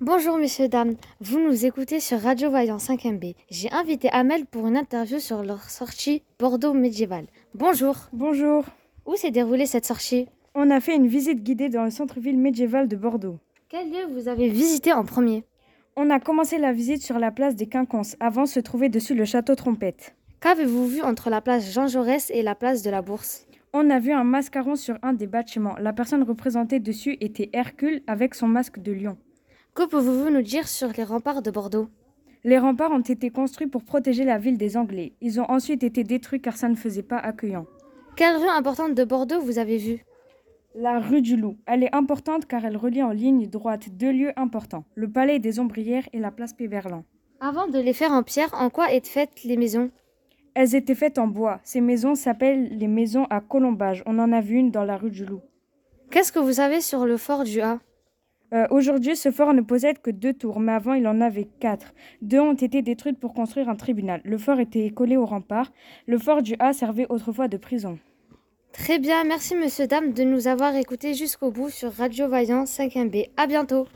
Bonjour messieurs, dames, vous nous écoutez sur Radio Vaillant 5MB. J'ai invité Amel pour une interview sur leur sortie Bordeaux médiéval. Bonjour, Bonjour. où s'est déroulée cette sortie On a fait une visite guidée dans le centre-ville médiéval de Bordeaux. Quel lieu vous avez visité en premier On a commencé la visite sur la place des Quinconces. Avant se trouvait dessus le château Trompette. Qu'avez-vous vu entre la place Jean Jaurès et la place de la Bourse On a vu un mascaron sur un des bâtiments. La personne représentée dessus était Hercule avec son masque de lion. Que pouvez-vous nous dire sur les remparts de Bordeaux Les remparts ont été construits pour protéger la ville des Anglais. Ils ont ensuite été détruits car ça ne faisait pas accueillant. Quelle rue importante de Bordeaux vous avez vue La rue du Loup. Elle est importante car elle relie en ligne droite deux lieux importants, le palais des Ombrières et la place Péberlan. Avant de les faire en pierre, en quoi est faites les maisons Elles étaient faites en bois. Ces maisons s'appellent les maisons à colombage. On en a vu une dans la rue du Loup. Qu'est-ce que vous savez sur le fort du A Euh, Aujourd'hui, ce fort ne possède que deux tours, mais avant il en avait quatre. Deux ont été détruites pour construire un tribunal. Le fort était collé au rempart. Le fort du A servait autrefois de prison. Très bien, merci monsieur, dames de nous avoir écoutés jusqu'au bout sur Radio Vaillant 5MB. À bientôt